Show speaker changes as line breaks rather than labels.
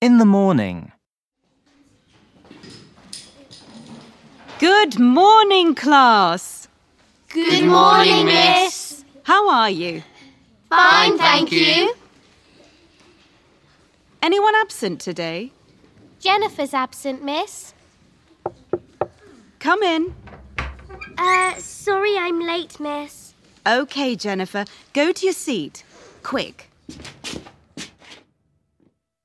In the morning.
Good morning, class.
Good morning, miss.
How are you?
Fine, thank you.
Anyone absent today?
Jennifer's absent, miss.
Come in.
Uh, sorry I'm late, miss.
OK, Jennifer, go to your seat. Quick.